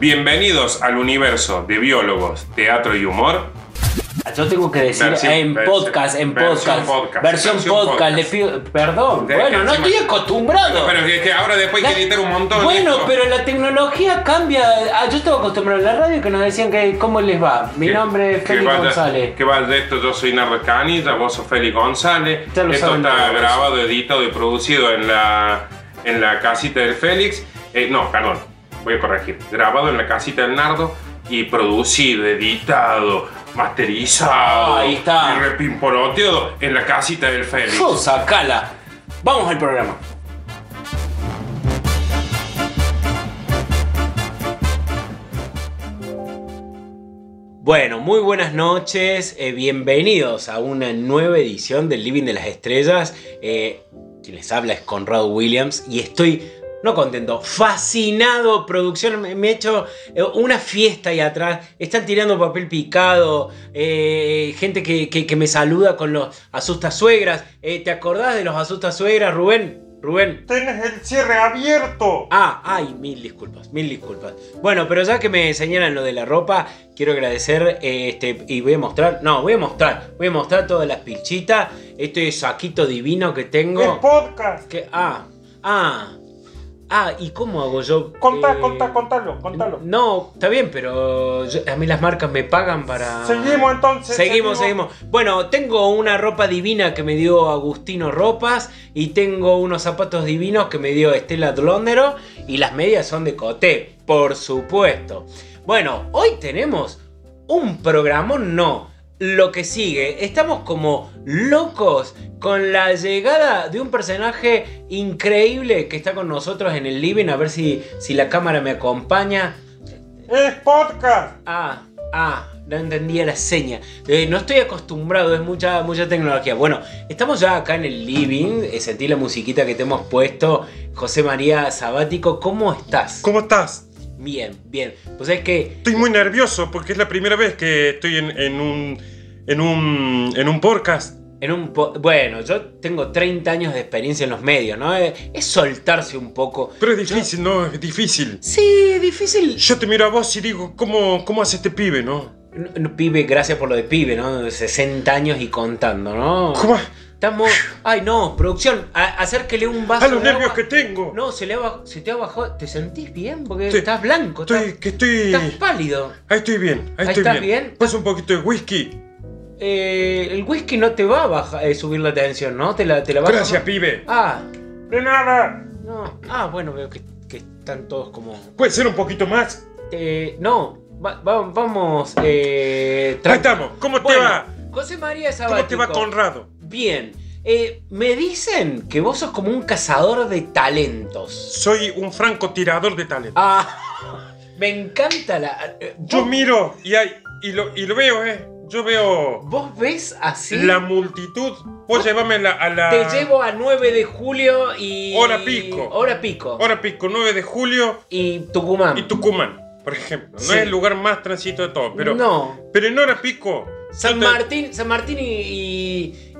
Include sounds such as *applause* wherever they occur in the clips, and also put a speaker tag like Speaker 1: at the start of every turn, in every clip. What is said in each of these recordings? Speaker 1: Bienvenidos al universo de biólogos, teatro y humor.
Speaker 2: Yo tengo que decir
Speaker 1: Versión-
Speaker 2: en
Speaker 1: versión-
Speaker 2: podcast, en
Speaker 1: versión
Speaker 2: podcast,
Speaker 1: podcast,
Speaker 2: Versión
Speaker 1: versión
Speaker 2: podcast,
Speaker 1: podcast.
Speaker 2: le pido. Perdón,
Speaker 1: De-
Speaker 2: bueno, no
Speaker 1: encima-
Speaker 2: estoy acostumbrado.
Speaker 1: Pero es que ahora después hay que editar un montón.
Speaker 2: Bueno,
Speaker 1: esto.
Speaker 2: pero la tecnología cambia. Ah, yo estaba acostumbrado a la radio que nos decían que cómo les va. Mi
Speaker 1: Que-
Speaker 2: nombre es
Speaker 1: que
Speaker 2: Félix
Speaker 1: vaya-
Speaker 2: González.
Speaker 1: Que va de esto, yo soy Nardo Canilla, vos sos Félix González.
Speaker 2: Ya lo
Speaker 1: esto
Speaker 2: saben
Speaker 1: está
Speaker 2: todos.
Speaker 1: grabado, editado y producido en la, en la casita del Félix. Eh, no, perdón, voy a corregir. Grabado en la casita del Nardo y producido, editado, masterizado.
Speaker 2: Ahí está.
Speaker 1: Y repimporoteado en la casita del Félix.
Speaker 2: Yo, sacala. Vamos al programa. Bueno, muy buenas noches, eh, bienvenidos a una nueva edición del Living de las Estrellas. Eh, quien les habla es Conrad Williams y estoy, no contento, fascinado, producción, me- me he hecho eh, una fiesta ahí atrás, están tirando papel picado, eh, gente que, que- que me saluda con los asustasuegras. Eh, ¿Te acordás de los asustasuegras, Rubén? Rubén.
Speaker 3: Tienes el cierre abierto.
Speaker 2: Ah, ay, mil disculpas, mil disculpas. Bueno, pero ya que me señalan lo de la ropa, quiero agradecer eh, este, y voy a mostrar, no, voy a mostrar, voy a mostrar todas las pilchitas, este saquito divino que
Speaker 3: El
Speaker 2: tengo.
Speaker 3: podcast.
Speaker 2: Que, ah, ah, ah, ¿y cómo hago yo?
Speaker 3: Contá,
Speaker 2: Eh,
Speaker 3: contá, contalo, contalo.
Speaker 2: No, está bien, pero yo- a mí las marcas me pagan para...
Speaker 3: Seguimos entonces.
Speaker 2: Seguimos, seguimos. Bueno, tengo una ropa divina que me dio Agustino Ropas y tengo unos zapatos divinos que me dio Estela Tlóndero y las medias son de Coté, por supuesto. Bueno, hoy tenemos un programón, no. Lo que sigue, estamos como locos con la llegada de un personaje increíble que está con nosotros en el living. A ver si, si la cámara me acompaña.
Speaker 3: Es podcast.
Speaker 2: Ah, ah, no entendía la seña. Eh, no estoy acostumbrado, es mucha, mucha tecnología. Bueno, estamos ya acá en el living. eh, Sentí la musiquita que te hemos puesto. José María Sabático, ¿cómo estás?
Speaker 3: ¿Cómo estás?
Speaker 2: Bien, bien. Pues es que.
Speaker 3: Estoy muy nervioso porque es la primera vez que estoy en, en un. en un. en un podcast.
Speaker 2: En un po- bueno, yo tengo 30 años de experiencia en los medios, ¿no? Eh, Es soltarse un poco.
Speaker 3: Pero es difícil, ¿no? Es difícil.
Speaker 2: Sí, difícil.
Speaker 3: Yo te miro a vos y digo, ¿cómo, cómo hace este pibe, no?
Speaker 2: No, no, pibe, gracias por lo de pibe, ¿no? 60 años y contando, ¿no?
Speaker 3: ¿Cómo?
Speaker 2: Estamos. Ay, no, producción, a- acérquele un vaso.
Speaker 3: A Ah, los
Speaker 2: de
Speaker 3: nervios
Speaker 2: agua.
Speaker 3: que tengo.
Speaker 2: No, se, le ha baj- se te ha bajado. ¿Te sentís bien? Porque
Speaker 3: Estoy-
Speaker 2: estás blanco, estás,
Speaker 3: Estoy. que estoy.
Speaker 2: estás pálido.
Speaker 3: Ahí estoy bien,
Speaker 2: Ahí
Speaker 3: ahí, estoy
Speaker 2: estás
Speaker 3: bien.
Speaker 2: bien.
Speaker 3: Pasa un poquito de whisky.
Speaker 2: Eh, el whisky no te va a baja- eh, subir la tensión, ¿no? Te la, te la baja
Speaker 3: Gracias,
Speaker 2: más.
Speaker 3: pibe.
Speaker 2: Ah,
Speaker 3: De nada.
Speaker 2: no. Ah, bueno, veo que, que están todos como.
Speaker 3: ¿Puede ser un poquito más?
Speaker 2: Eh, no, va- va- vamos. Eh,
Speaker 3: Ahí
Speaker 2: tran-
Speaker 3: estamos. ¿Cómo te
Speaker 2: Bueno,
Speaker 3: va?
Speaker 2: José María Sabático.
Speaker 3: ¿Cómo te va Conrado?
Speaker 2: Bien. Eh, me dicen que vos sos como un cazador de talentos.
Speaker 3: Soy un francotirador de talento.
Speaker 2: Ah, *laughs* me encanta la. eh,
Speaker 3: Yo
Speaker 2: vos-
Speaker 3: miro y, hay- y, lo, y lo veo, ¿eh? Yo veo
Speaker 2: ¿Vos ves así?
Speaker 3: la multitud. Vos llevame la- a la...
Speaker 2: Ah. Te llevo a 9 de julio y.
Speaker 3: Hora pico.
Speaker 2: Hora pico.
Speaker 3: Hora pico, 9 de julio
Speaker 2: Y Tucumán.
Speaker 3: y Tucumán, por ejemplo. No
Speaker 2: Sí.
Speaker 3: es el lugar más tránsito de todo, pero...
Speaker 2: No.
Speaker 3: Pero en hora pico...
Speaker 2: San
Speaker 3: yo te-
Speaker 2: Martín, San Martín y. y,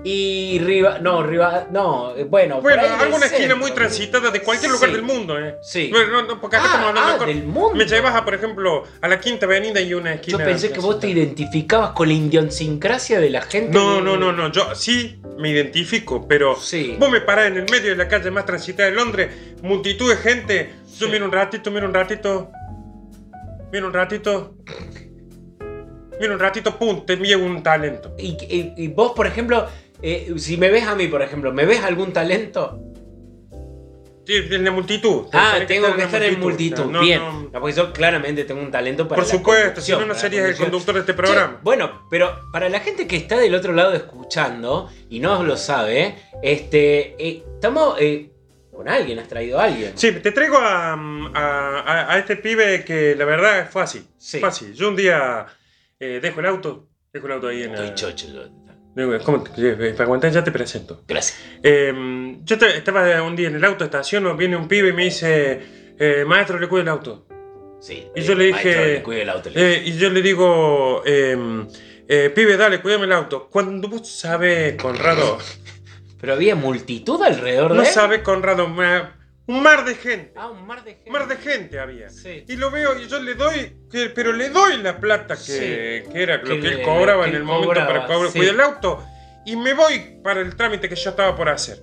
Speaker 2: y Riva. No, Riva. No, eh, bueno. por
Speaker 3: Bueno,
Speaker 2: ahí del
Speaker 3: alguna esquina
Speaker 2: centro.
Speaker 3: muy transitada de cualquier lugar
Speaker 2: Sí.
Speaker 3: del mundo, ¿eh?
Speaker 2: Sí.
Speaker 3: No, no, no, porque acá
Speaker 2: Ah,
Speaker 3: estamos hablando
Speaker 2: ah,
Speaker 3: de cor-
Speaker 2: del mundo.
Speaker 3: Me llevas, a, por ejemplo, a la Quinta Avenida y una
Speaker 2: Yo
Speaker 3: esquina...
Speaker 2: pensé que vos te identificabas con la idiosincrasia de la gente.
Speaker 3: No, no, no, no. Yo sí me identifico, pero
Speaker 2: Eh, Sí.
Speaker 3: vos me parás en el medio de la calle más transitada de Londres, multitud de gente. Yo
Speaker 2: Sí.
Speaker 3: miro un ratito, miro un ratito. Miro un ratito. Miro un ratito, pum, te envío un talento.
Speaker 2: Y, y- y vos, por ejemplo, eh, si me ves a mí, por ejemplo, ¿me ves algún talento?
Speaker 3: Sí, En la multitud.
Speaker 2: Ah,
Speaker 3: Tenés
Speaker 2: tengo que estar en
Speaker 3: multitud.
Speaker 2: multitud.
Speaker 3: No,
Speaker 2: Bien.
Speaker 3: no.
Speaker 2: No, porque yo claramente tengo un talento para
Speaker 3: Por
Speaker 2: la
Speaker 3: supuesto, si no,
Speaker 2: conducción,
Speaker 3: no
Speaker 2: para la
Speaker 3: serías el
Speaker 2: conducción.
Speaker 3: conductor de este programa.
Speaker 2: Che, bueno, pero para la gente que está del otro lado escuchando y no lo sabe, este, eh, estamos eh, con alguien, has traído a alguien.
Speaker 3: Sí, te traigo a, a- a- a este pibe que la verdad fue así.
Speaker 2: Sí.
Speaker 3: Fue así. Yo un día eh, dejo el auto. Dejo el auto ahí en
Speaker 2: Estoy
Speaker 3: la.
Speaker 2: chocho yo.
Speaker 3: Digo, ¿Cómo te, para aguantar ya te presento.
Speaker 2: Gracias.
Speaker 3: Eh, yo te- estaba un día en el auto, estaciono, viene un pibe y me dice, eh, maestro, le cuido el auto.
Speaker 2: Sí.
Speaker 3: Y yo le
Speaker 2: maestro,
Speaker 3: dije-
Speaker 2: le cuido el auto. le-
Speaker 3: Eh, y yo le digo, eh, eh, pibe, dale, cuídame el auto. Cuando vos sabes, Conrado,
Speaker 2: Pero había multitud alrededor
Speaker 3: eh, no
Speaker 2: de él.
Speaker 3: sabes, Conrado, me- Un mar de gente.
Speaker 2: Ah, un mar de gente.
Speaker 3: Un mar de gente había.
Speaker 2: Sí.
Speaker 3: Y lo veo y yo le doy, que- pero le doy la plata que,
Speaker 2: Sí.
Speaker 3: que era lo
Speaker 2: Que
Speaker 3: que, él
Speaker 2: le-
Speaker 3: cobraba
Speaker 2: que
Speaker 3: en
Speaker 2: él
Speaker 3: el momento
Speaker 2: cobraba,
Speaker 3: para cobrar
Speaker 2: sí.
Speaker 3: cuidar el auto y me voy para el trámite que yo estaba por hacer.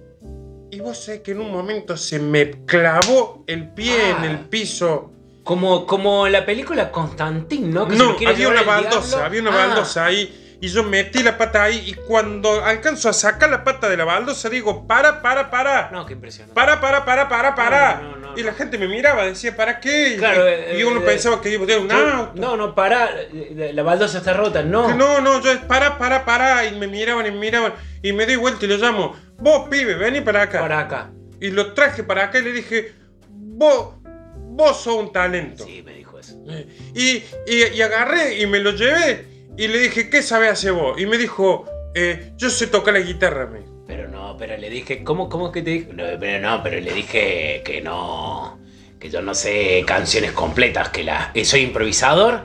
Speaker 3: Y vos sabés que en un momento se me clavó el pie
Speaker 2: Ah.
Speaker 3: en el piso.
Speaker 2: Como, como la película Constantín, ¿no? Que se
Speaker 3: No,
Speaker 2: lo quiere
Speaker 3: había una
Speaker 2: llevar el
Speaker 3: baldosa,
Speaker 2: diablo.
Speaker 3: había una
Speaker 2: Ah,
Speaker 3: baldosa ahí. Y yo metí la pata ahí y cuando alcanzo a sacar la pata de la baldosa digo, para, para, para.
Speaker 2: No, qué impresionante.
Speaker 3: Para, para, para, para, para.
Speaker 2: No, no, no,
Speaker 3: y
Speaker 2: no.
Speaker 3: la gente me miraba, decía, ¿para qué? Y-
Speaker 2: Claro,
Speaker 3: y,
Speaker 2: eh,
Speaker 3: uno
Speaker 2: eh,
Speaker 3: pensaba que iba a tener un auto.
Speaker 2: No, no, pará. La la baldosa está rota. No.
Speaker 3: Que No, no, yo es para, para, para. Y me miraban y me miraban. Y me doy vuelta y lo llamo. Vos, pibe, vení para acá.
Speaker 2: Para acá.
Speaker 3: Y lo traje para acá y le dije, vos, vos sos un talento.
Speaker 2: Sí, me dijo eso.
Speaker 3: Eh, Y, y- y agarré y me lo llevé. Y le dije, ¿qué sabés hacer vos? Y me dijo, eh, yo sé tocar la guitarra, me dijo.
Speaker 2: Pero no, pero le dije, ¿cómo, cómo es que te dije? No, pero no, pero le dije que no, que yo no sé canciones completas, que la, eh, soy improvisador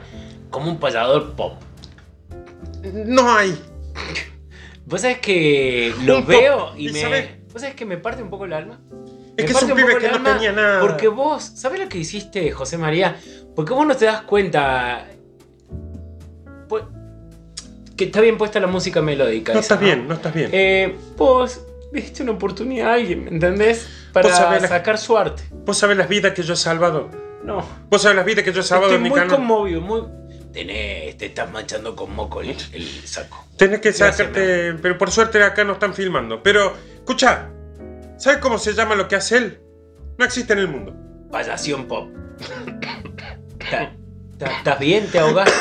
Speaker 2: como un payador pop.
Speaker 3: No hay.
Speaker 2: Vos sabés
Speaker 3: *laughs*
Speaker 2: que lo
Speaker 3: Un pop,
Speaker 2: veo y
Speaker 3: ¿y
Speaker 2: me...
Speaker 3: sabés?
Speaker 2: Vos sabés que me parte un poco el alma.
Speaker 3: Es
Speaker 2: Me
Speaker 3: que es
Speaker 2: parte
Speaker 3: un
Speaker 2: poco
Speaker 3: pibe
Speaker 2: el
Speaker 3: que no
Speaker 2: alma
Speaker 3: tenía nada.
Speaker 2: Porque vos, ¿sabés lo que hiciste, José María? Porque vos no te das cuenta... pues, que está bien puesta la música melódica.
Speaker 3: no
Speaker 2: esa,
Speaker 3: estás bien, no estás bien.
Speaker 2: Eh, vos le diste una oportunidad a alguien, ¿me entendés? Para
Speaker 3: Vos sabés la-
Speaker 2: sacar su arte.
Speaker 3: Vos sabés las vidas que yo he salvado.
Speaker 2: No.
Speaker 3: Vos sabés las vidas que yo he salvado
Speaker 2: Estoy
Speaker 3: en mi
Speaker 2: muy
Speaker 3: canal.
Speaker 2: conmovido, muy. Tenés, te estás manchando con moco el, el saco.
Speaker 3: Tenés que
Speaker 2: Gracias,
Speaker 3: sacarte, pero por suerte acá no están filmando. Pero, escucha, ¿sabes cómo se llama lo que hace él? No existe en el mundo.
Speaker 2: Payación pop. Ta- ta- ¿Estás bien? ¿Te ahogaste?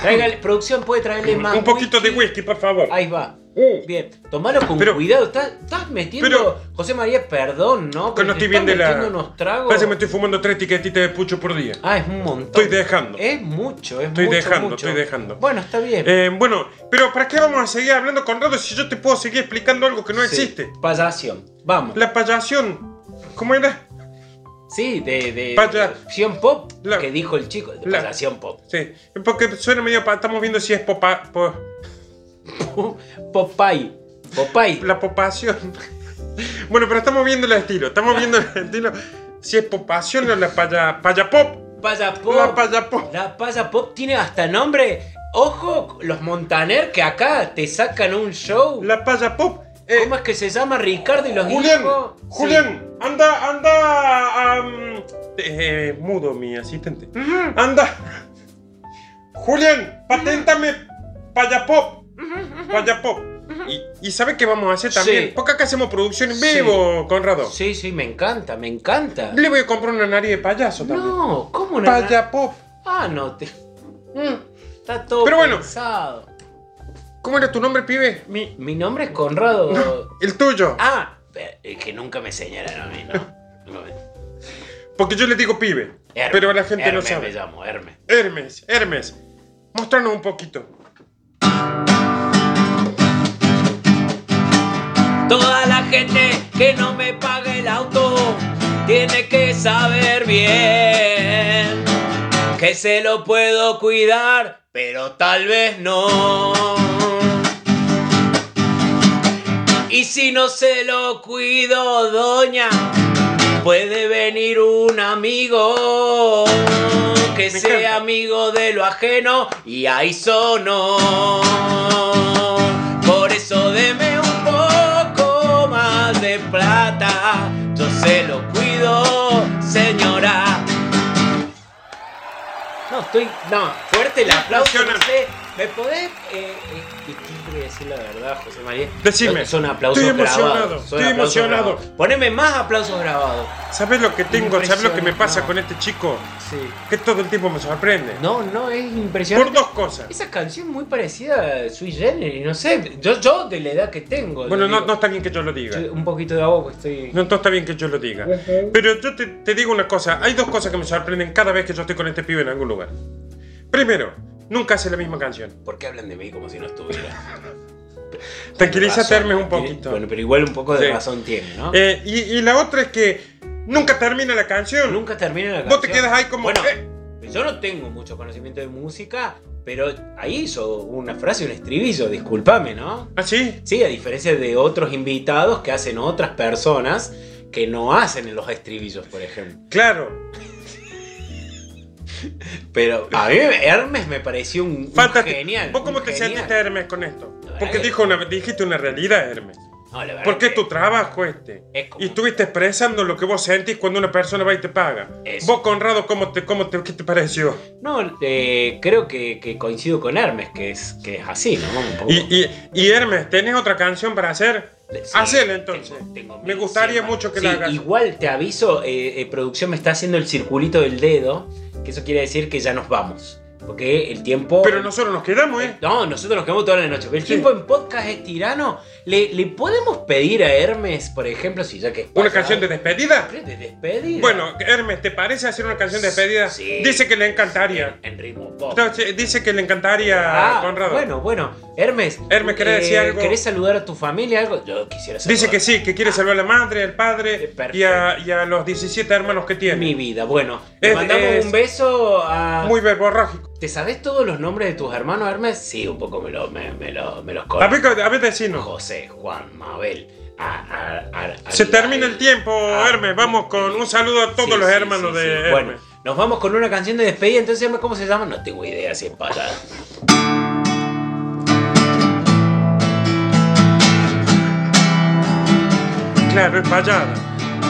Speaker 2: Tráigale, producción puede traerle más.
Speaker 3: Un poquito de whisky, por favor.
Speaker 2: Ahí va.
Speaker 3: Uh,
Speaker 2: Bien, tomalo con
Speaker 3: Pero-
Speaker 2: cuidado. Estás, estás metiendo.
Speaker 3: Pero-
Speaker 2: José María, perdón, ¿no?
Speaker 3: Que no
Speaker 2: te
Speaker 3: estoy bien
Speaker 2: estás
Speaker 3: de la-
Speaker 2: metiendo unos tragos.
Speaker 3: Parece que me estoy fumando tres tiquetitas de pucho por día.
Speaker 2: Ah, eh. es un montón.
Speaker 3: Estoy dejando.
Speaker 2: Es mucho, es
Speaker 3: Estoy
Speaker 2: mucho.
Speaker 3: dejando,
Speaker 2: mucho.
Speaker 3: estoy dejando.
Speaker 2: Bueno, está bien.
Speaker 3: Eh, bueno, pero ¿para qué vamos a seguir hablando con Rado si yo te puedo seguir explicando algo que no
Speaker 2: Sí,
Speaker 3: existe?
Speaker 2: Payación. Vamos.
Speaker 3: La payación. ¿Cómo era?
Speaker 2: Sí, de, de
Speaker 3: Paya-
Speaker 2: payación pop
Speaker 3: La-
Speaker 2: que dijo el chico, de
Speaker 3: La-
Speaker 2: payación pop. *laughs*
Speaker 3: Sí, porque suena medio. pa- Estamos viendo si es popa, po-
Speaker 2: Popeye. Popeye.
Speaker 3: La popación. *laughs* Bueno, pero estamos viendo el estilo. Estamos viendo el estilo. Si es popación o la paya, payapop.
Speaker 2: Paya pop.
Speaker 3: La payapop.
Speaker 2: La paya pop tiene hasta nombre. Ojo, los Montaner que acá te sacan un show.
Speaker 3: La payapop. Eh,
Speaker 2: ¿Cómo es que se llama Ricardo y los
Speaker 3: Julián,
Speaker 2: hijos? Sí.
Speaker 3: Julián, anda, anda. am, eh, mudo mi asistente.
Speaker 2: Ujú,
Speaker 3: Anda. Julián, paténtame payapop. Payapop. Y, y sabe qué vamos a hacer también.
Speaker 2: Sí.
Speaker 3: Porque acá hacemos producción en
Speaker 2: Sí.
Speaker 3: vivo, Conrado.
Speaker 2: Sí, sí, me encanta, me encanta.
Speaker 3: Le voy a comprar una nariz de payaso también.
Speaker 2: No, ¿cómo no?
Speaker 3: Payapop.
Speaker 2: Ah, no, te-
Speaker 3: Mm.
Speaker 2: está todo
Speaker 3: Pero bueno.
Speaker 2: pensado.
Speaker 3: ¿Cómo era tu nombre, pibe?
Speaker 2: Mi, mi nombre es Conrado.
Speaker 3: El tuyo.
Speaker 2: Ah, eh, que nunca me señalaron a mí, ¿no? Nunca me-
Speaker 3: Porque yo le digo pibe.
Speaker 2: Hermes,
Speaker 3: pero la gente
Speaker 2: Hermes
Speaker 3: no
Speaker 2: me
Speaker 3: sabe.
Speaker 2: llamo, Hermes.
Speaker 3: Hermes, Hermes. Mostrarnos un poquito.
Speaker 2: Toda la gente que no me pague el auto tiene que saber bien que se lo puedo cuidar, pero tal vez no. Y si no se lo cuido, doña, puede venir un amigo que
Speaker 3: Me
Speaker 2: sea
Speaker 3: encanta.
Speaker 2: amigo de lo ajeno y ahí sonó. Por eso deme un poco más de plata, yo se lo cuido, señora. No, estoy. No, fuerte el aplauso. No sé. ¿Me podés.? Eh, eh, y quiero decir la verdad, José María.
Speaker 3: Decime.
Speaker 2: Son aplausos
Speaker 3: Estoy emocionado,
Speaker 2: grabados. son
Speaker 3: estoy
Speaker 2: aplausos
Speaker 3: emocionado.
Speaker 2: grabados. Poneme más aplausos grabados.
Speaker 3: ¿Sabes lo que tengo? ¿Sabes lo que me pasa
Speaker 2: Impresionante.
Speaker 3: con este chico?
Speaker 2: Sí.
Speaker 3: Que todo el tiempo me sorprende.
Speaker 2: No, no, es impresionante.
Speaker 3: Por dos cosas.
Speaker 2: Esa canción muy parecida a Sui Generis, no sé. Yo, yo de la edad que tengo.
Speaker 3: Bueno,
Speaker 2: lo
Speaker 3: no,
Speaker 2: digo.
Speaker 3: no está bien que yo lo diga.
Speaker 2: Yo Un poquito de agua, porque estoy.
Speaker 3: No, no está bien que yo lo diga. Pero yo te, te digo una cosa. Hay dos cosas que me sorprenden cada vez que yo estoy con este pibe en algún lugar. Primero, nunca hace la misma canción.
Speaker 2: ¿Por qué hablan de mí como si no estuviera?
Speaker 3: *laughs* Tranquilízate, Hermes, un
Speaker 2: Tiene-
Speaker 3: poquito.
Speaker 2: Bueno, pero igual un poco de
Speaker 3: Sí.
Speaker 2: razón tiene, ¿no?
Speaker 3: Eh, y, y la otra es que nunca termina la canción.
Speaker 2: Nunca termina la canción.
Speaker 3: Vos te quedas ahí como,
Speaker 2: Bueno,
Speaker 3: eh.
Speaker 2: yo no tengo mucho conocimiento de música, pero ahí hizo una frase, un estribillo, discúlpame, ¿no?
Speaker 3: ¿Ah, sí?
Speaker 2: Sí, a diferencia de otros invitados que hacen otras personas que no hacen en los estribillos, por ejemplo.
Speaker 1: Claro,
Speaker 2: Pero a mí Hermes me pareció un, un
Speaker 1: fantástico.
Speaker 2: genial.
Speaker 1: ¿Vos cómo
Speaker 2: un
Speaker 1: te
Speaker 2: Ah, genial.
Speaker 1: sentiste, Hermes, con esto?
Speaker 2: verdad
Speaker 1: Porque
Speaker 2: que-
Speaker 1: dijo una, dijiste una realidad, Hermes.
Speaker 2: No, la verdad
Speaker 1: Porque es
Speaker 2: que-
Speaker 1: tu trabajo este.
Speaker 2: Es como-
Speaker 1: Y estuviste expresando lo que vos sentís cuando una persona va y te paga.
Speaker 2: Eso.
Speaker 1: Vos, Conrado, ¿cómo te, cómo te, ¿qué te pareció?
Speaker 2: No, eh, creo que, que coincido con Hermes, que es, que es así, ¿no? Un poco.
Speaker 1: Y, y- y, Hermes, ¿tenés otra canción para hacer?
Speaker 2: Sí,
Speaker 1: Hacela entonces.
Speaker 2: tengo- tengo
Speaker 1: me
Speaker 2: mil,
Speaker 1: gustaría
Speaker 2: sí,
Speaker 1: mucho que
Speaker 2: sí,
Speaker 1: la hagas.
Speaker 2: Igual te aviso, eh, eh, producción me está haciendo el circulito del dedo, que eso quiere decir que ya nos vamos. Porque el tiempo.
Speaker 1: Pero nosotros nos quedamos, ¿eh?
Speaker 2: No, nosotros nos quedamos toda la noche. Pero el
Speaker 1: Sí.
Speaker 2: tiempo en podcast es tirano. ¿Le, le podemos pedir a Hermes, por ejemplo, si ya que. es
Speaker 1: ¿Una
Speaker 2: pasado-
Speaker 1: canción de despedida?
Speaker 2: de despedida.
Speaker 1: Bueno, Hermes, ¿te parece hacer una canción de despedida?
Speaker 2: Sí.
Speaker 1: Dice que le encantaría.
Speaker 2: En ritmo pop.
Speaker 1: Entonces, dice que le encantaría,
Speaker 2: Ah,
Speaker 1: Conrado.
Speaker 2: bueno, bueno. Hermes. eh,
Speaker 1: Hermes, ¿querés decir algo?
Speaker 2: ¿Querés saludar a tu familia? Algo? Yo quisiera saludar.
Speaker 1: Dice que sí, que quiere salvar a la madre, al
Speaker 2: Ah. Eh,
Speaker 1: padre
Speaker 2: perfecto.
Speaker 1: y a, y a los 17 hermanos que tiene.
Speaker 2: Mi vida. Bueno, le
Speaker 1: Es-
Speaker 2: mandamos
Speaker 1: es-
Speaker 2: un beso a.
Speaker 1: Muy verborrágico.
Speaker 2: ¿Te sabés todos los nombres de tus hermanos, Hermes? Sí, un poco me, lo, me, me lo- me los
Speaker 1: A
Speaker 2: conozco.
Speaker 1: ver, a ver, decinos.
Speaker 2: José, Juan, Mabel. a- a- a- a-
Speaker 1: Se
Speaker 2: a-
Speaker 1: termina el tiempo,
Speaker 2: Ah,
Speaker 1: Hermes. Vamos con un saludo a todos
Speaker 2: Sí,
Speaker 1: los
Speaker 2: sí,
Speaker 1: hermanos
Speaker 2: sí,
Speaker 1: de
Speaker 2: sí.
Speaker 1: Hermes.
Speaker 2: Bueno, nos vamos con una canción de despedida. Entonces, Hermes, ¿cómo se llama? No tengo idea si es para.
Speaker 1: Claro, es payada.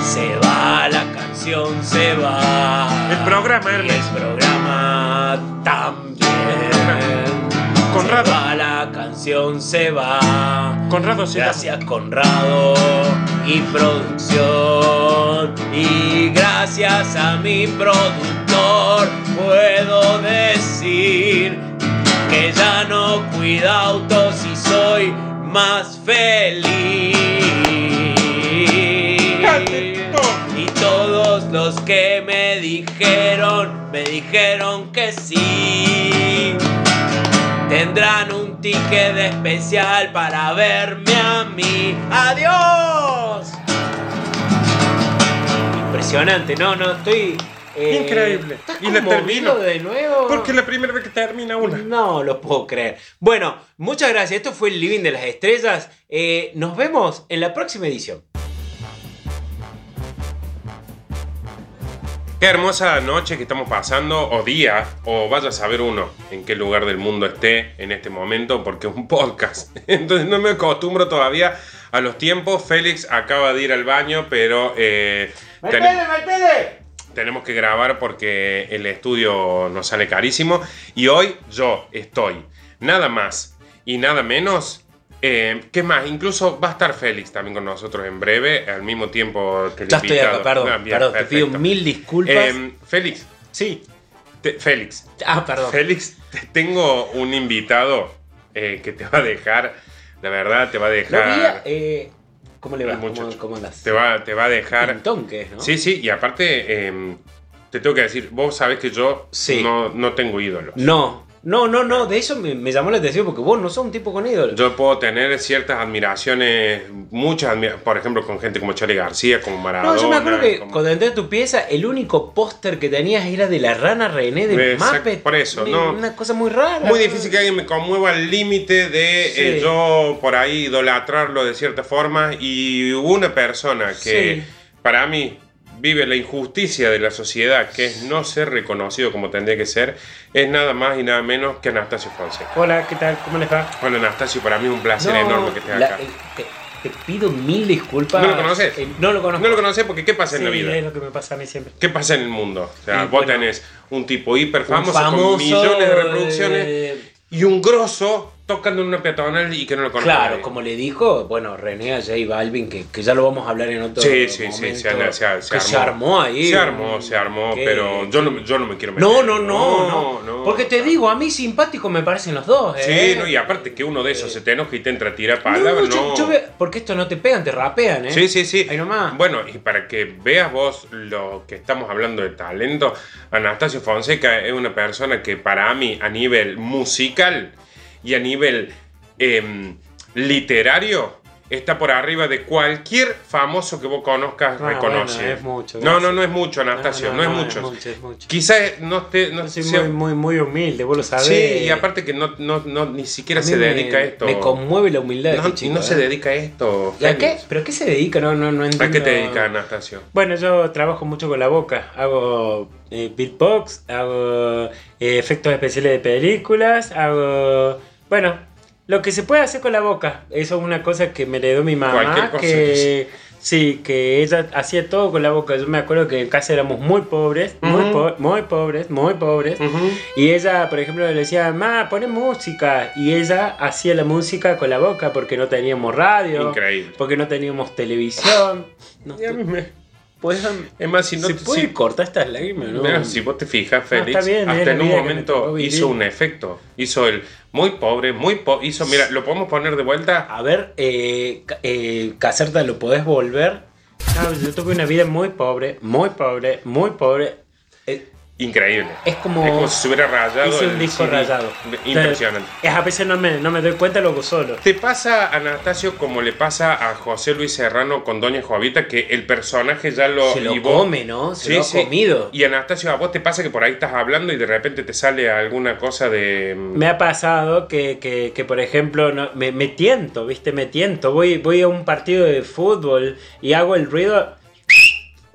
Speaker 2: Se va la canción, se va.
Speaker 1: El programa, Hermes.
Speaker 2: Y el programa también.
Speaker 1: *laughs* Conrado.
Speaker 2: Se va la canción, se va.
Speaker 1: Conrado se llama.
Speaker 2: Gracias Conrado y producción. Y gracias a mi productor puedo decir que ya no cuido autos y soy más feliz.
Speaker 1: Cante,
Speaker 2: Y todos los que me dijeron, me dijeron que sí. Tendrán un ticket especial para verme a mí. ¡Adiós! Impresionante, no, no, estoy. eh,
Speaker 1: Increíble.
Speaker 2: ¿estás
Speaker 1: Y le termino.
Speaker 2: conmovido de nuevo?
Speaker 1: Porque es la primera vez que termina una.
Speaker 2: No lo puedo creer. Bueno, muchas gracias. Esto fue el Living de las Estrellas. Eh, nos vemos en la próxima edición.
Speaker 1: Qué hermosa noche que estamos pasando, o día, o vaya a saber uno en qué lugar del mundo esté en este momento, porque es un podcast. *laughs* Entonces no me acostumbro todavía a los tiempos. Félix acaba de ir al baño, pero eh, ten- tenemos que grabar porque el estudio nos sale carísimo. Y hoy yo estoy, nada más y nada menos. eh, ¿Qué más? Incluso va a estar Félix también con nosotros en breve, al mismo tiempo que el
Speaker 2: Ya estoy
Speaker 1: invitado.
Speaker 2: acá, perdón.
Speaker 1: Ah, bien,
Speaker 2: perdón, te pido
Speaker 1: perfecto.
Speaker 2: mil disculpas.
Speaker 1: Eh, Félix,
Speaker 2: sí.
Speaker 1: te- Félix,
Speaker 2: Ah, perdón.
Speaker 1: Félix, te tengo un invitado eh, que te va a dejar, la verdad, te va a
Speaker 2: No había,
Speaker 1: dejar,
Speaker 2: eh, ¿Cómo le va?
Speaker 1: El muchacho.
Speaker 2: ¿Cómo, cómo andas?
Speaker 1: te va, te va a dejar.
Speaker 2: Pintón que es, ¿no?
Speaker 1: Sí, sí, y aparte eh, te tengo que decir, vos sabés que yo
Speaker 2: Sí.
Speaker 1: no, no tengo ídolos.
Speaker 2: No, no, no, no. De eso me, me llamó la atención porque vos no sos un tipo con ídolos.
Speaker 1: Yo puedo tener ciertas admiraciones, muchas, admira- por ejemplo, con gente como Charlie García, como Maradona.
Speaker 2: no, yo me acuerdo que
Speaker 1: como-
Speaker 2: cuando entré a tu pieza, el único póster que tenías era de la rana René de
Speaker 1: Exacto,
Speaker 2: Muppet.
Speaker 1: por eso,
Speaker 2: Una-
Speaker 1: no.
Speaker 2: Una cosa muy rara.
Speaker 1: Muy difícil que alguien me conmueva al límite de
Speaker 2: Sí.
Speaker 1: eh, yo por ahí idolatrarlo de cierta forma y hubo una persona que
Speaker 2: Sí.
Speaker 1: para mí vive la injusticia de la sociedad que es no ser reconocido como tendría que ser es nada más y nada menos que Anastasio Fonseca.
Speaker 2: Hola, ¿qué tal? ¿Cómo les va?
Speaker 1: Bueno Anastasio, para mí es un placer enorme que estés
Speaker 2: la-
Speaker 1: acá.
Speaker 2: eh, te, te pido mil disculpas.
Speaker 1: ¿No lo conoces?
Speaker 2: Eh, no lo conozco.
Speaker 1: no lo conoces porque ¿qué pasa en la
Speaker 4: Sí,
Speaker 1: vida?
Speaker 4: es lo que me pasa a mí siempre.
Speaker 1: ¿Qué pasa en el mundo? O sea,
Speaker 2: Y
Speaker 1: vos
Speaker 2: bueno,
Speaker 1: tenés un tipo hiper
Speaker 2: Un
Speaker 1: famoso, con millones de reproducciones
Speaker 2: eh,
Speaker 1: y un grosso tocando en una peatonal y que no lo conoce.
Speaker 2: Claro,
Speaker 1: nadie.
Speaker 2: como le dijo, bueno, René a J Balvin, que, que ya lo vamos a hablar en otro
Speaker 1: Sí, sí, sí,
Speaker 2: momento,
Speaker 1: se, armó, se,
Speaker 2: que se armó ahí.
Speaker 1: Se armó, se armó,
Speaker 2: ¿Qué?
Speaker 1: pero yo no, yo no me quiero meter.
Speaker 2: No, no, no, no, Porque te
Speaker 1: no.
Speaker 2: digo, a mí simpáticos me parecen los dos,
Speaker 1: Sí,
Speaker 2: ¿eh?
Speaker 1: no, y aparte que uno de esos
Speaker 2: Eh.
Speaker 1: se te enoja y te entra a tirar
Speaker 2: No,
Speaker 1: palabras, no.
Speaker 2: yo- yo veo- porque esto no te pegan, te rapean, ¿eh?
Speaker 1: Sí, sí, sí.
Speaker 2: Ahí nomás.
Speaker 1: Bueno, y para que veas vos lo que estamos hablando de talento, Anastasio Fonseca es una persona que para mí a nivel musical y a nivel em, literario
Speaker 3: está por arriba de cualquier famoso que vos conozcas,
Speaker 2: Ah,
Speaker 3: reconoce.
Speaker 2: bueno, es mucho,
Speaker 3: No, no,
Speaker 2: gracias.
Speaker 3: no es mucho, Anastasio, no, es, mucho.
Speaker 2: es mucho.
Speaker 3: Quizás no esté. No
Speaker 2: Yo soy
Speaker 3: sea-
Speaker 2: muy, muy, muy humilde, vos lo sabés.
Speaker 3: Sí, y aparte que no, no, no, ni siquiera
Speaker 2: A mí
Speaker 3: se
Speaker 2: me-
Speaker 3: dedica a esto.
Speaker 2: Me conmueve la humildad. de
Speaker 3: no,
Speaker 2: este chico,
Speaker 3: no se
Speaker 2: eh.
Speaker 3: dedica a esto.
Speaker 2: ¿Y a qué?
Speaker 3: Félix.
Speaker 2: ¿Pero qué se dedica? No, no, no entiendo.
Speaker 3: ¿A qué te dedicas, Anastasio?
Speaker 2: Bueno, yo trabajo mucho con la boca. Hago eh, beatbox, hago eh, efectos especiales de películas, hago. Bueno, lo que se puede hacer con la boca. Eso es una cosa que me heredó mi
Speaker 3: Cualquier
Speaker 2: mamá.
Speaker 3: cosa
Speaker 2: Que, sí, que ella hacía todo con la boca. Yo me acuerdo que en casa éramos muy pobres, muy,
Speaker 3: Ujú.
Speaker 2: po- muy pobres, muy pobres. Y ella, por ejemplo, le decía, ma, pone música. Y ella hacía la música con la boca porque no teníamos radio,
Speaker 3: Increíble.
Speaker 2: porque no teníamos televisión. No,
Speaker 3: Y a mí me-
Speaker 2: pues,
Speaker 3: Es más, si no
Speaker 2: ¿Se
Speaker 3: te-
Speaker 2: puede
Speaker 3: si-
Speaker 2: cortar estas lágrimas? No,
Speaker 3: Mira, si vos te fijas, Félix,
Speaker 2: está bien, es
Speaker 3: hasta
Speaker 2: la
Speaker 3: en un
Speaker 2: vida que me
Speaker 3: momento
Speaker 2: tocó vivir.
Speaker 3: hizo un efecto. Hizo el muy pobre, muy pobre. Hizo, mira, lo podemos poner de vuelta.
Speaker 2: A ver, eh, ca- eh, Caserta, ¿lo podés volver? No, yo tuve una vida muy pobre, muy pobre, muy pobre. Eh,
Speaker 3: Increíble.
Speaker 2: Es como-
Speaker 3: Es como si se hubiera rayado.
Speaker 2: hice un
Speaker 3: el
Speaker 2: disco
Speaker 3: CD.
Speaker 2: rayado.
Speaker 3: Impresionante.
Speaker 2: O sea, es- a veces no me, no me doy cuenta, lo hago solo.
Speaker 3: ¿Te pasa, Anastasio, como le pasa a José Luis Serrano con Doña Jovita, que el personaje ya lo...
Speaker 2: Se lo
Speaker 3: y vos-
Speaker 2: come, ¿no? Se lo ha comido.
Speaker 3: Y Anastasio, ¿a vos te pasa que por ahí estás hablando y de repente te sale alguna cosa de...
Speaker 2: Me ha pasado que, que- que, por ejemplo, no- me, me tiento, ¿viste? Me tiento. Voy, voy a un partido de fútbol y hago el ruido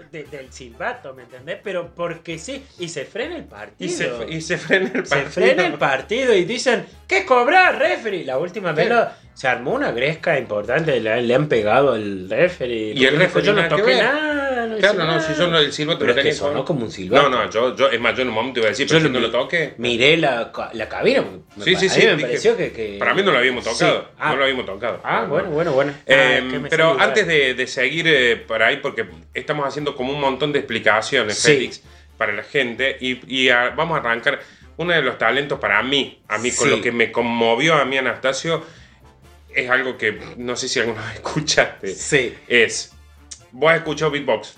Speaker 2: de- del silbato, ¿me entendés? Pero porque sí, y se frena el partido.
Speaker 3: Y se, y se frena el
Speaker 2: Se
Speaker 3: partido.
Speaker 2: frena el partido y dicen, ¿qué cobrar, referee? La última vez lo- se armó una gresca importante, le, le han pegado al referee.
Speaker 3: Y
Speaker 2: Porque
Speaker 3: el
Speaker 2: dijo,
Speaker 3: referee
Speaker 2: yo no
Speaker 3: nada que
Speaker 2: toqué
Speaker 3: ver".
Speaker 2: nada. No
Speaker 3: Claro,
Speaker 2: hice
Speaker 3: no,
Speaker 2: nada.
Speaker 3: si yo no el silbato
Speaker 2: Pero
Speaker 3: lo
Speaker 2: es que
Speaker 3: tenía
Speaker 2: sonó
Speaker 3: solo.
Speaker 2: como un silbato.
Speaker 3: No, no, yo, yo, es más, yo en un momento iba a decir, pero yo
Speaker 2: lo
Speaker 3: no lo
Speaker 2: mi-
Speaker 3: toqué.
Speaker 2: Miré la, ca- la cabina. me-
Speaker 3: Sí,
Speaker 2: me-
Speaker 3: sí,
Speaker 2: a
Speaker 3: sí,
Speaker 2: mí me
Speaker 3: dije-
Speaker 2: pareció que, que-
Speaker 3: Para mí no lo habíamos
Speaker 2: Sí.
Speaker 3: tocado.
Speaker 2: Ah,
Speaker 3: No lo habíamos tocado.
Speaker 2: ah, bueno, bueno, bueno. Ah,
Speaker 3: Eh,
Speaker 2: es que me
Speaker 3: pero
Speaker 2: salió
Speaker 3: antes
Speaker 2: igual.
Speaker 3: de, de seguir eh, por ahí, porque estamos haciendo como un montón de explicaciones,
Speaker 2: Sí.
Speaker 3: Félix, para la gente, y, y, ah, vamos a arrancar uno de los talentos para mí, a mí con
Speaker 2: Sí.
Speaker 3: lo que me conmovió a mí Anastasio, es algo que no sé si alguna vez *laughs* escuchaste,
Speaker 2: Sí,
Speaker 3: es, vos has escuchado beatbox,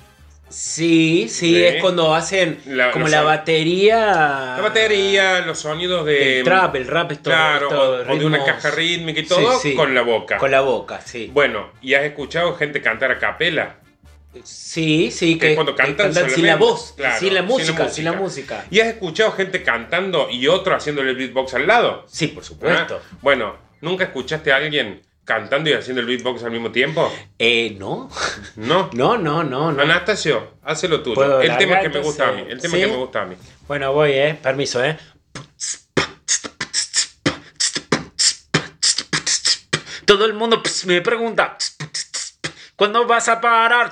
Speaker 2: sí, sí,
Speaker 3: Sí.
Speaker 2: es cuando hacen
Speaker 3: La-
Speaker 2: como
Speaker 3: los-
Speaker 2: la batería.
Speaker 3: la batería, los sonidos de...
Speaker 2: El trap, el rap, es todo.
Speaker 3: claro,
Speaker 2: es todo,
Speaker 3: o- o de una
Speaker 2: ritmos-
Speaker 3: caja rítmica y todo,
Speaker 2: Sí, sí.
Speaker 3: con la boca.
Speaker 2: Con la boca, sí.
Speaker 3: Bueno, y has escuchado gente cantar a capela.
Speaker 2: Sí, sí,
Speaker 3: que
Speaker 2: que,
Speaker 3: es cuando
Speaker 2: que
Speaker 3: cantan
Speaker 2: sin la
Speaker 3: solamente.
Speaker 2: voz,
Speaker 3: Claro,
Speaker 2: sin la música, sin la música.
Speaker 3: ¿Y has escuchado gente cantando y otro haciéndole el beatbox al lado?
Speaker 2: Sí, por
Speaker 3: Ah,
Speaker 2: supuesto.
Speaker 3: Bueno, ¿nunca escuchaste a alguien cantando y haciendo el beatbox al mismo tiempo?
Speaker 2: Eh, no,
Speaker 3: No.
Speaker 2: *laughs* no, no, no, no.
Speaker 3: Anastasio, haz lo tuyo.
Speaker 2: ¿Puedo
Speaker 3: El
Speaker 2: largar,
Speaker 3: tema que me
Speaker 2: entonces?
Speaker 3: gusta a mí. El tema
Speaker 2: ¿Sí?
Speaker 3: que me gusta a mí.
Speaker 2: Bueno, voy, eh, permiso, eh. Todo el mundo ps, me pregunta, ¿cuándo vas a parar?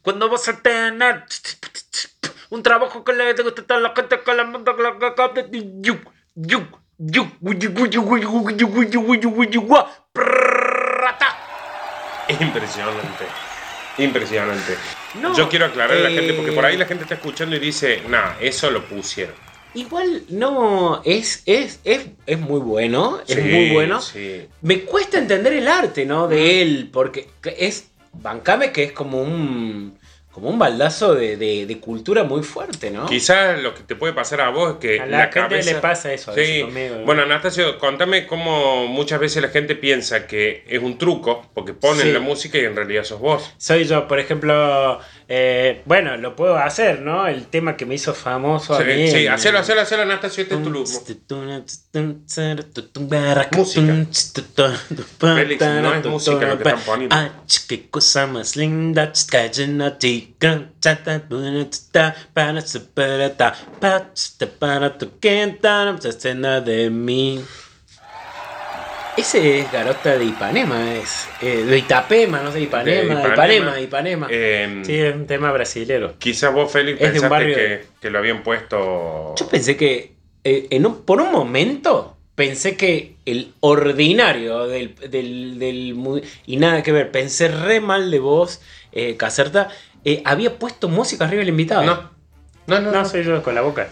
Speaker 2: ¿Cuándo vas a tener un trabajo que le guste a la gente, que le manda que la cagada? Yu, yu, yu, guyu, guyu, guyu, guyu, guyu, guyu, guyu, gua, prrrata.
Speaker 3: Impresionante. Impresionante.
Speaker 2: No, *gasps*
Speaker 3: Yo quiero aclarar a la
Speaker 2: eh,
Speaker 3: gente porque por ahí la gente está escuchando y dice, nah, eso lo pusieron.
Speaker 2: Igual no, es, es, es, es muy bueno, es
Speaker 3: Sí,
Speaker 2: muy bueno.
Speaker 3: Sí. Mm.
Speaker 2: Me cuesta entender el arte, ¿no? De él, porque es, bancame que es como un, como un baldazo de, de- de cultura muy fuerte, ¿no?
Speaker 3: Quizás lo que te puede pasar a vos es que
Speaker 2: A la gente le pasa eso a
Speaker 3: Sí.
Speaker 2: veces conmigo, ¿no?
Speaker 3: Bueno, Anastasio, contame cómo muchas veces la gente piensa que es un truco porque ponen
Speaker 2: Sí.
Speaker 3: la música y en realidad sos vos.
Speaker 2: Soy yo, por ejemplo, eh, bueno, lo puedo hacer, ¿no? El tema que me hizo famoso
Speaker 3: Sí,
Speaker 2: a mí.
Speaker 3: sí,
Speaker 2: en-
Speaker 3: hacelo, hacelo, hacelo, Anastasio, este es tu lujo.
Speaker 2: Félix,
Speaker 3: no es música lo que están poniendo.
Speaker 2: Ah, ch, qué cosa más linda. ch, cayena, chica, cha, ta, ta, ta, para superata, pa, ch, ta, para tu quinta, no se escena de mí. Ese es Garota de Ipanema, es. eh, de Itapema, no sé,
Speaker 3: De
Speaker 2: Ipanema,
Speaker 3: Ipanema.
Speaker 2: Ipanema, Ipanema.
Speaker 3: Eh,
Speaker 2: Sí, es un tema brasilero.
Speaker 3: Quizás vos, Félix,
Speaker 2: Es de un
Speaker 3: pensaste
Speaker 2: barrio.
Speaker 3: que, que lo habían puesto.
Speaker 2: Yo pensé que, eh, en un- por un momento, pensé que el ordinario del, del, del mu- Y nada que ver, pensé re mal de vos, eh, Caserta, eh, había puesto música arriba del invitado.
Speaker 3: No. No, no, no.
Speaker 2: soy yo con la boca.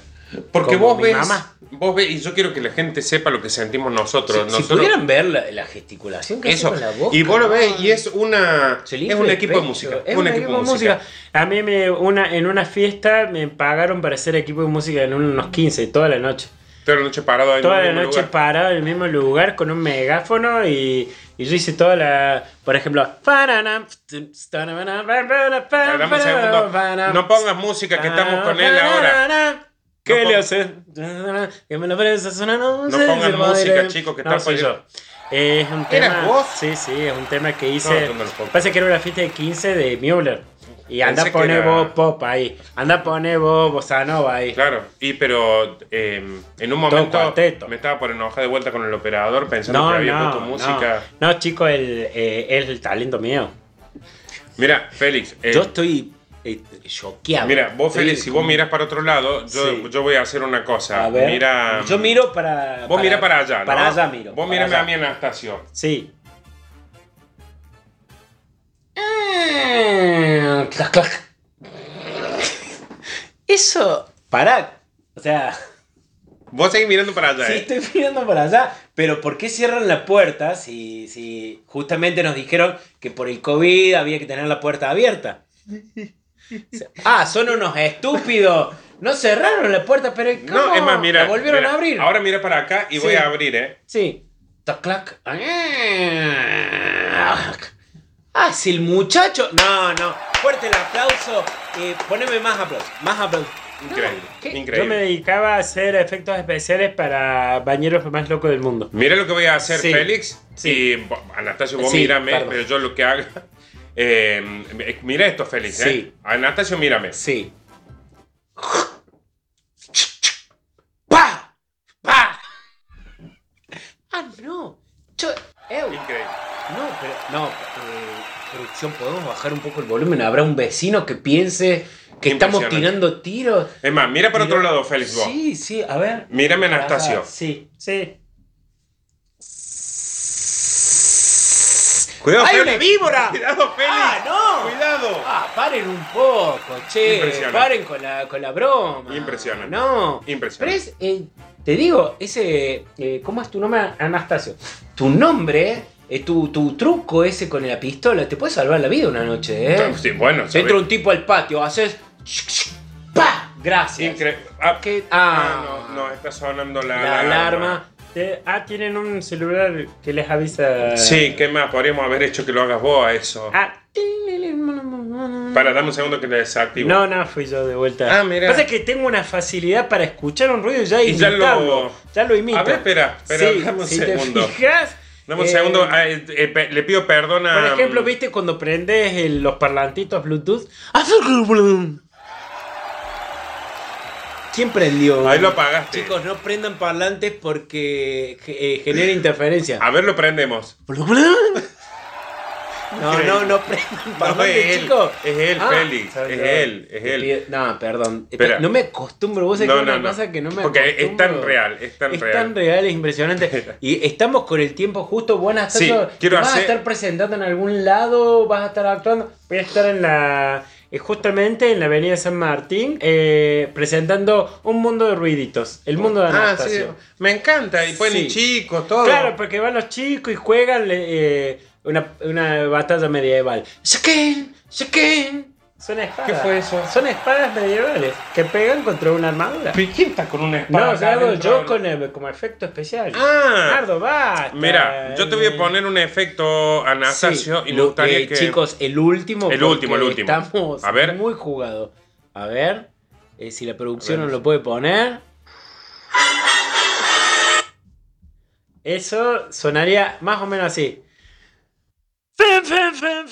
Speaker 3: Porque
Speaker 2: como
Speaker 3: vos
Speaker 2: mi
Speaker 3: ves,
Speaker 2: mamá.
Speaker 3: vos ves, y yo quiero que la gente sepa lo que sentimos nosotros.
Speaker 2: Si, si
Speaker 3: nosotros
Speaker 2: pudieran ver la, la gesticulación que
Speaker 3: eso.
Speaker 2: hace con la boca.
Speaker 3: y vos lo ves y es una,
Speaker 2: Se
Speaker 3: es
Speaker 2: limpia
Speaker 3: un
Speaker 2: el
Speaker 3: equipo de
Speaker 2: pecho,
Speaker 3: música.
Speaker 2: Es un, equipo de música. A mí me, una, en una fiesta me pagaron para hacer equipo de música en unos 15, toda la noche.
Speaker 3: Toda la noche parado ahí en
Speaker 2: Toda
Speaker 3: el
Speaker 2: la
Speaker 3: mismo
Speaker 2: noche
Speaker 3: lugar.
Speaker 2: parado en el mismo lugar con un megáfono y Y yo hice toda la. Por ejemplo.
Speaker 3: Dame un segundo. No pongas música que estamos con él ahora.
Speaker 2: ¿Qué
Speaker 3: No
Speaker 2: le
Speaker 3: pon-
Speaker 2: haces? Que me lo presas una
Speaker 3: No pongas música, chicos, que
Speaker 2: no,
Speaker 3: está
Speaker 2: soy yo.
Speaker 3: poniendo-
Speaker 2: Eh, es un
Speaker 3: ¿Eras
Speaker 2: tema.
Speaker 3: vos?
Speaker 2: Sí, sí, es un tema que
Speaker 3: No,
Speaker 2: hice.
Speaker 3: tú no lo pongas.
Speaker 2: Pasa que era una fiesta de 15 de Müller. Y anda
Speaker 3: Pensé que
Speaker 2: pone
Speaker 3: era-
Speaker 2: vos pop ahí. Anda pone vos bossa nova ahí.
Speaker 3: Claro, y pero eh, en un momento
Speaker 2: cuarteto.
Speaker 3: me estaba por enojar de vuelta con el operador pensando
Speaker 2: No,
Speaker 3: que había
Speaker 2: no,
Speaker 3: puesto
Speaker 2: no.
Speaker 3: música.
Speaker 2: No, chico, el, eh, es el talento mío.
Speaker 3: Mira, Félix, eh,
Speaker 2: Yo estoy eh, choqueado.
Speaker 3: mira, vos
Speaker 2: Estoy
Speaker 3: Félix, si vos
Speaker 2: como-
Speaker 3: miras para otro lado, yo,
Speaker 2: Sí.
Speaker 3: yo voy a hacer una cosa.
Speaker 2: A ver.
Speaker 3: Mira, mm,
Speaker 2: yo miro para.
Speaker 3: vos mira para allá, ¿no?
Speaker 2: Para allá miro.
Speaker 3: Vos
Speaker 2: para
Speaker 3: mírame
Speaker 2: allá.
Speaker 3: a mí, Anastasio.
Speaker 2: Sí. Mm, clac, clac. Eso. Pará. O sea,
Speaker 3: Vos seguís mirando para allá.
Speaker 2: sí
Speaker 3: eh.
Speaker 2: estoy mirando para allá, pero ¿por qué cierran la puerta si, si justamente nos dijeron que por el COVID había que tener la puerta
Speaker 3: *laughs*
Speaker 2: abierta? O sea, ah, son unos estúpidos. No cerraron la puerta, pero ¿cómo?
Speaker 3: No, es más, mira.
Speaker 2: La volvieron
Speaker 3: mira,
Speaker 2: a abrir.
Speaker 3: Ahora mira para acá y voy
Speaker 2: Sí.
Speaker 3: a abrir, ¿eh?
Speaker 2: Sí. Tac, clac. Ah, si el muchacho. No, no. Fuerte el aplauso. Eh, poneme más aplausos. Más aplausos.
Speaker 3: Increíble,
Speaker 2: ¿qué?
Speaker 3: increíble.
Speaker 5: Yo me dedicaba a hacer efectos especiales para bañeros más locos del mundo.
Speaker 3: Mira lo que voy a hacer,
Speaker 2: Sí,
Speaker 3: Félix.
Speaker 2: sí.
Speaker 3: Y bo- Anastasio, vos
Speaker 2: Sí,
Speaker 3: mírame,
Speaker 2: perdón.
Speaker 3: pero yo lo que haga. *laughs* eh, mira esto, Félix.
Speaker 2: Sí.
Speaker 3: Eh. Anastasio, mírame.
Speaker 2: Sí. ¡Pa! ¡Pa! Ah, no. Yo. Ew.
Speaker 3: Increíble.
Speaker 2: No, pero. No, eh, producción, ¿podemos bajar un poco el volumen? ¿Habrá un vecino que piense que estamos
Speaker 3: Impresionante.
Speaker 2: tirando tiros?
Speaker 3: Es más, mira por otro
Speaker 2: Mira-
Speaker 3: lado, Félix. Vos.
Speaker 2: Sí, sí, a ver.
Speaker 3: Mírame, Anastasio.
Speaker 2: Ajá, Sí.
Speaker 5: Sí.
Speaker 3: Cuidado,
Speaker 2: ¡Hay una
Speaker 3: Félix.
Speaker 2: víbora!
Speaker 3: Cuidado, Félix.
Speaker 2: ¡Ah, no!
Speaker 3: Cuidado.
Speaker 2: Ah, paren un poco, che.
Speaker 3: Impresionante.
Speaker 2: Paren con la, con la broma.
Speaker 3: Impresionante.
Speaker 2: No.
Speaker 3: Impresionante.
Speaker 2: Pero es, eh, te digo, ese. eh, ¿Cómo es tu nombre, Anastasio? Tu nombre, eh, tu, tu truco ese con la pistola, te puede salvar la vida una noche, ¿eh?
Speaker 3: Sí, bueno, sabés.
Speaker 2: Entra un tipo al patio, haces. ¡Pa! Gracias.
Speaker 3: Incre- ah,
Speaker 2: ¿Qué?
Speaker 3: ah,
Speaker 2: Ah,
Speaker 3: no, no, está sonando la,
Speaker 2: La alarma.
Speaker 5: Te- ah, tienen un celular que les avisa.
Speaker 2: eh.
Speaker 3: Sí, ¿qué más? Podríamos haber hecho que lo hagas vos a eso.
Speaker 5: Ah.
Speaker 3: Para, dame un segundo que le desactivo.
Speaker 5: No, no, fui yo de vuelta.
Speaker 3: Ah, mira.
Speaker 5: Pasa que tengo una facilidad para escuchar un ruido y ya
Speaker 3: Y ya lo-
Speaker 5: imitarlo. Ya lo imito.
Speaker 3: A ver, espera, espera,
Speaker 5: Sí,
Speaker 3: dame un
Speaker 5: si
Speaker 3: segundo.
Speaker 5: Te fijas,
Speaker 3: Dame un
Speaker 5: eh,
Speaker 3: segundo, mm. ah, eh, eh, pe- le pido perdón a.
Speaker 5: Por ejemplo, viste cuando prendes el- los parlantitos Bluetooth.
Speaker 2: ¿Quién prendió?
Speaker 3: Ahí lo apagaste.
Speaker 2: Chicos, no prendan parlantes porque eh, genera interferencia.
Speaker 3: A ver, lo prendemos.
Speaker 2: No, no, no *laughs* prendan
Speaker 3: No, es
Speaker 2: parlantes,
Speaker 3: él,
Speaker 2: chicos.
Speaker 3: es él,
Speaker 2: Ah,
Speaker 3: Félix,
Speaker 5: sabe
Speaker 3: es
Speaker 5: que-
Speaker 3: él, es
Speaker 2: Te
Speaker 3: él.
Speaker 2: pido- No, perdón.
Speaker 3: Espera.
Speaker 2: No me acostumbro. Vos sabés
Speaker 3: No,
Speaker 2: que es una
Speaker 3: no, no.
Speaker 2: cosa que no me
Speaker 3: Porque es
Speaker 2: acostumbro.
Speaker 3: tan real, es tan
Speaker 2: es
Speaker 3: real.
Speaker 2: tan real, es
Speaker 3: *laughs*
Speaker 2: impresionante. Y estamos con el tiempo justo. Buenas
Speaker 3: Sí,
Speaker 2: tardes.
Speaker 3: quiero
Speaker 2: ¿Vas
Speaker 3: hacer-
Speaker 2: a estar presentando en algún lado? ¿Vas a estar actuando?
Speaker 5: Voy a estar en la. eh, Justamente en la avenida San Martín, eh, presentando un mundo de ruiditos. El mundo de
Speaker 3: Ah, sí,
Speaker 5: Anastasio.
Speaker 3: me encanta. Y ponen
Speaker 5: Sí.
Speaker 3: chicos, todo.
Speaker 5: Claro, porque van los chicos y juegan le- eh, una, una batalla medieval.
Speaker 2: ¡Saquen! ¡Saquen!
Speaker 5: Son espadas.
Speaker 3: ¿Qué fue eso?
Speaker 5: Son espadas medievales que pegan contra una armadura.
Speaker 3: Pero ¿Quién está con una espada?
Speaker 5: No, o
Speaker 3: acá
Speaker 5: sea, hago
Speaker 3: adentro?
Speaker 5: yo con el- como efecto especial.
Speaker 3: Ah.
Speaker 5: Nardo, va.
Speaker 3: Mira, yo te voy a poner un efecto, Anastasio,
Speaker 2: Eh. Sí,
Speaker 3: y me
Speaker 2: lo-
Speaker 3: gustaría
Speaker 2: eh,
Speaker 3: que.
Speaker 2: Chicos, el último.
Speaker 3: El último,
Speaker 2: porque
Speaker 3: el último.
Speaker 2: Estamos
Speaker 3: A ver.
Speaker 2: muy jugados. A ver eh, si la producción
Speaker 3: A ver.
Speaker 2: nos lo puede poner.
Speaker 5: Eso sonaría más o menos así.
Speaker 3: Increíble,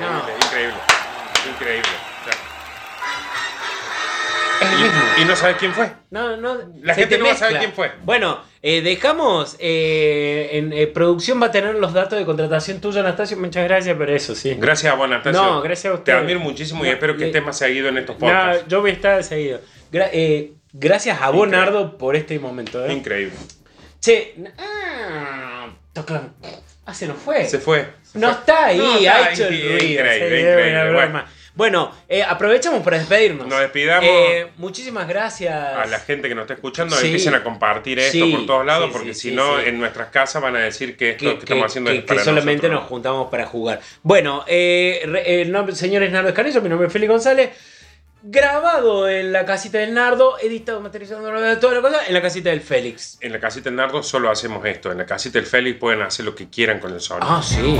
Speaker 2: No.
Speaker 3: increíble. Increíble. Y, y no sabes quién fue.
Speaker 2: No, no.
Speaker 3: La
Speaker 2: se
Speaker 3: gente
Speaker 2: te
Speaker 3: no va a saber
Speaker 2: mezcla.
Speaker 3: quién fue.
Speaker 2: Bueno, eh, dejamos. eh, en eh, producción va a tener los datos de contratación tuya, Anastasio.
Speaker 5: Muchas gracias por eso, sí.
Speaker 3: Gracias, Juan Anastasio.
Speaker 5: No, gracias a
Speaker 3: Te
Speaker 5: ustedes.
Speaker 3: admiro muchísimo y
Speaker 5: No,
Speaker 3: espero que
Speaker 5: le-
Speaker 2: eh,
Speaker 3: estés más seguido en estos podcasts.
Speaker 5: No, yo voy a estar seguido.
Speaker 2: Gra- eh, gracias a vos,
Speaker 3: Increíble.
Speaker 2: Nardo, por este momento. eh.
Speaker 3: Increíble.
Speaker 2: Che. n- ah, tocla- Ah, se nos fue.
Speaker 3: Se fue. Se
Speaker 2: No
Speaker 3: fue.
Speaker 2: está ahí,
Speaker 3: No está
Speaker 2: ha
Speaker 3: ahí,
Speaker 2: hecho el ruido.
Speaker 3: increíble,
Speaker 2: se
Speaker 3: increíble,
Speaker 2: debe una
Speaker 3: bueno.
Speaker 2: broma. Bueno, eh, aprovechamos para despedirnos.
Speaker 3: Nos despidamos.
Speaker 2: Eh, muchísimas gracias.
Speaker 3: A la gente que nos está escuchando,
Speaker 2: Sí.
Speaker 3: empiecen a compartir esto
Speaker 2: Sí,
Speaker 3: por todos lados,
Speaker 2: sí,
Speaker 3: porque
Speaker 2: sí,
Speaker 3: si
Speaker 2: sí,
Speaker 3: no,
Speaker 2: sí.
Speaker 3: en nuestras casas van a decir que esto
Speaker 2: que,
Speaker 3: que, estamos
Speaker 2: que-
Speaker 3: haciendo
Speaker 2: que-
Speaker 3: es
Speaker 2: que
Speaker 3: para
Speaker 2: solamente
Speaker 3: nosotros.
Speaker 2: nos eh, juntamos para jugar. Bueno, eh, re- el nombre- señores Nardo Escanillo, mi nombre es Félix González. grabado en la casita del Nardo, editado, materializado, toda la cosa, en la casita del Félix.
Speaker 3: En la casita del Nardo solo hacemos esto. En la casita del Félix pueden hacer lo que quieran con el sonido.
Speaker 2: Ah, sí.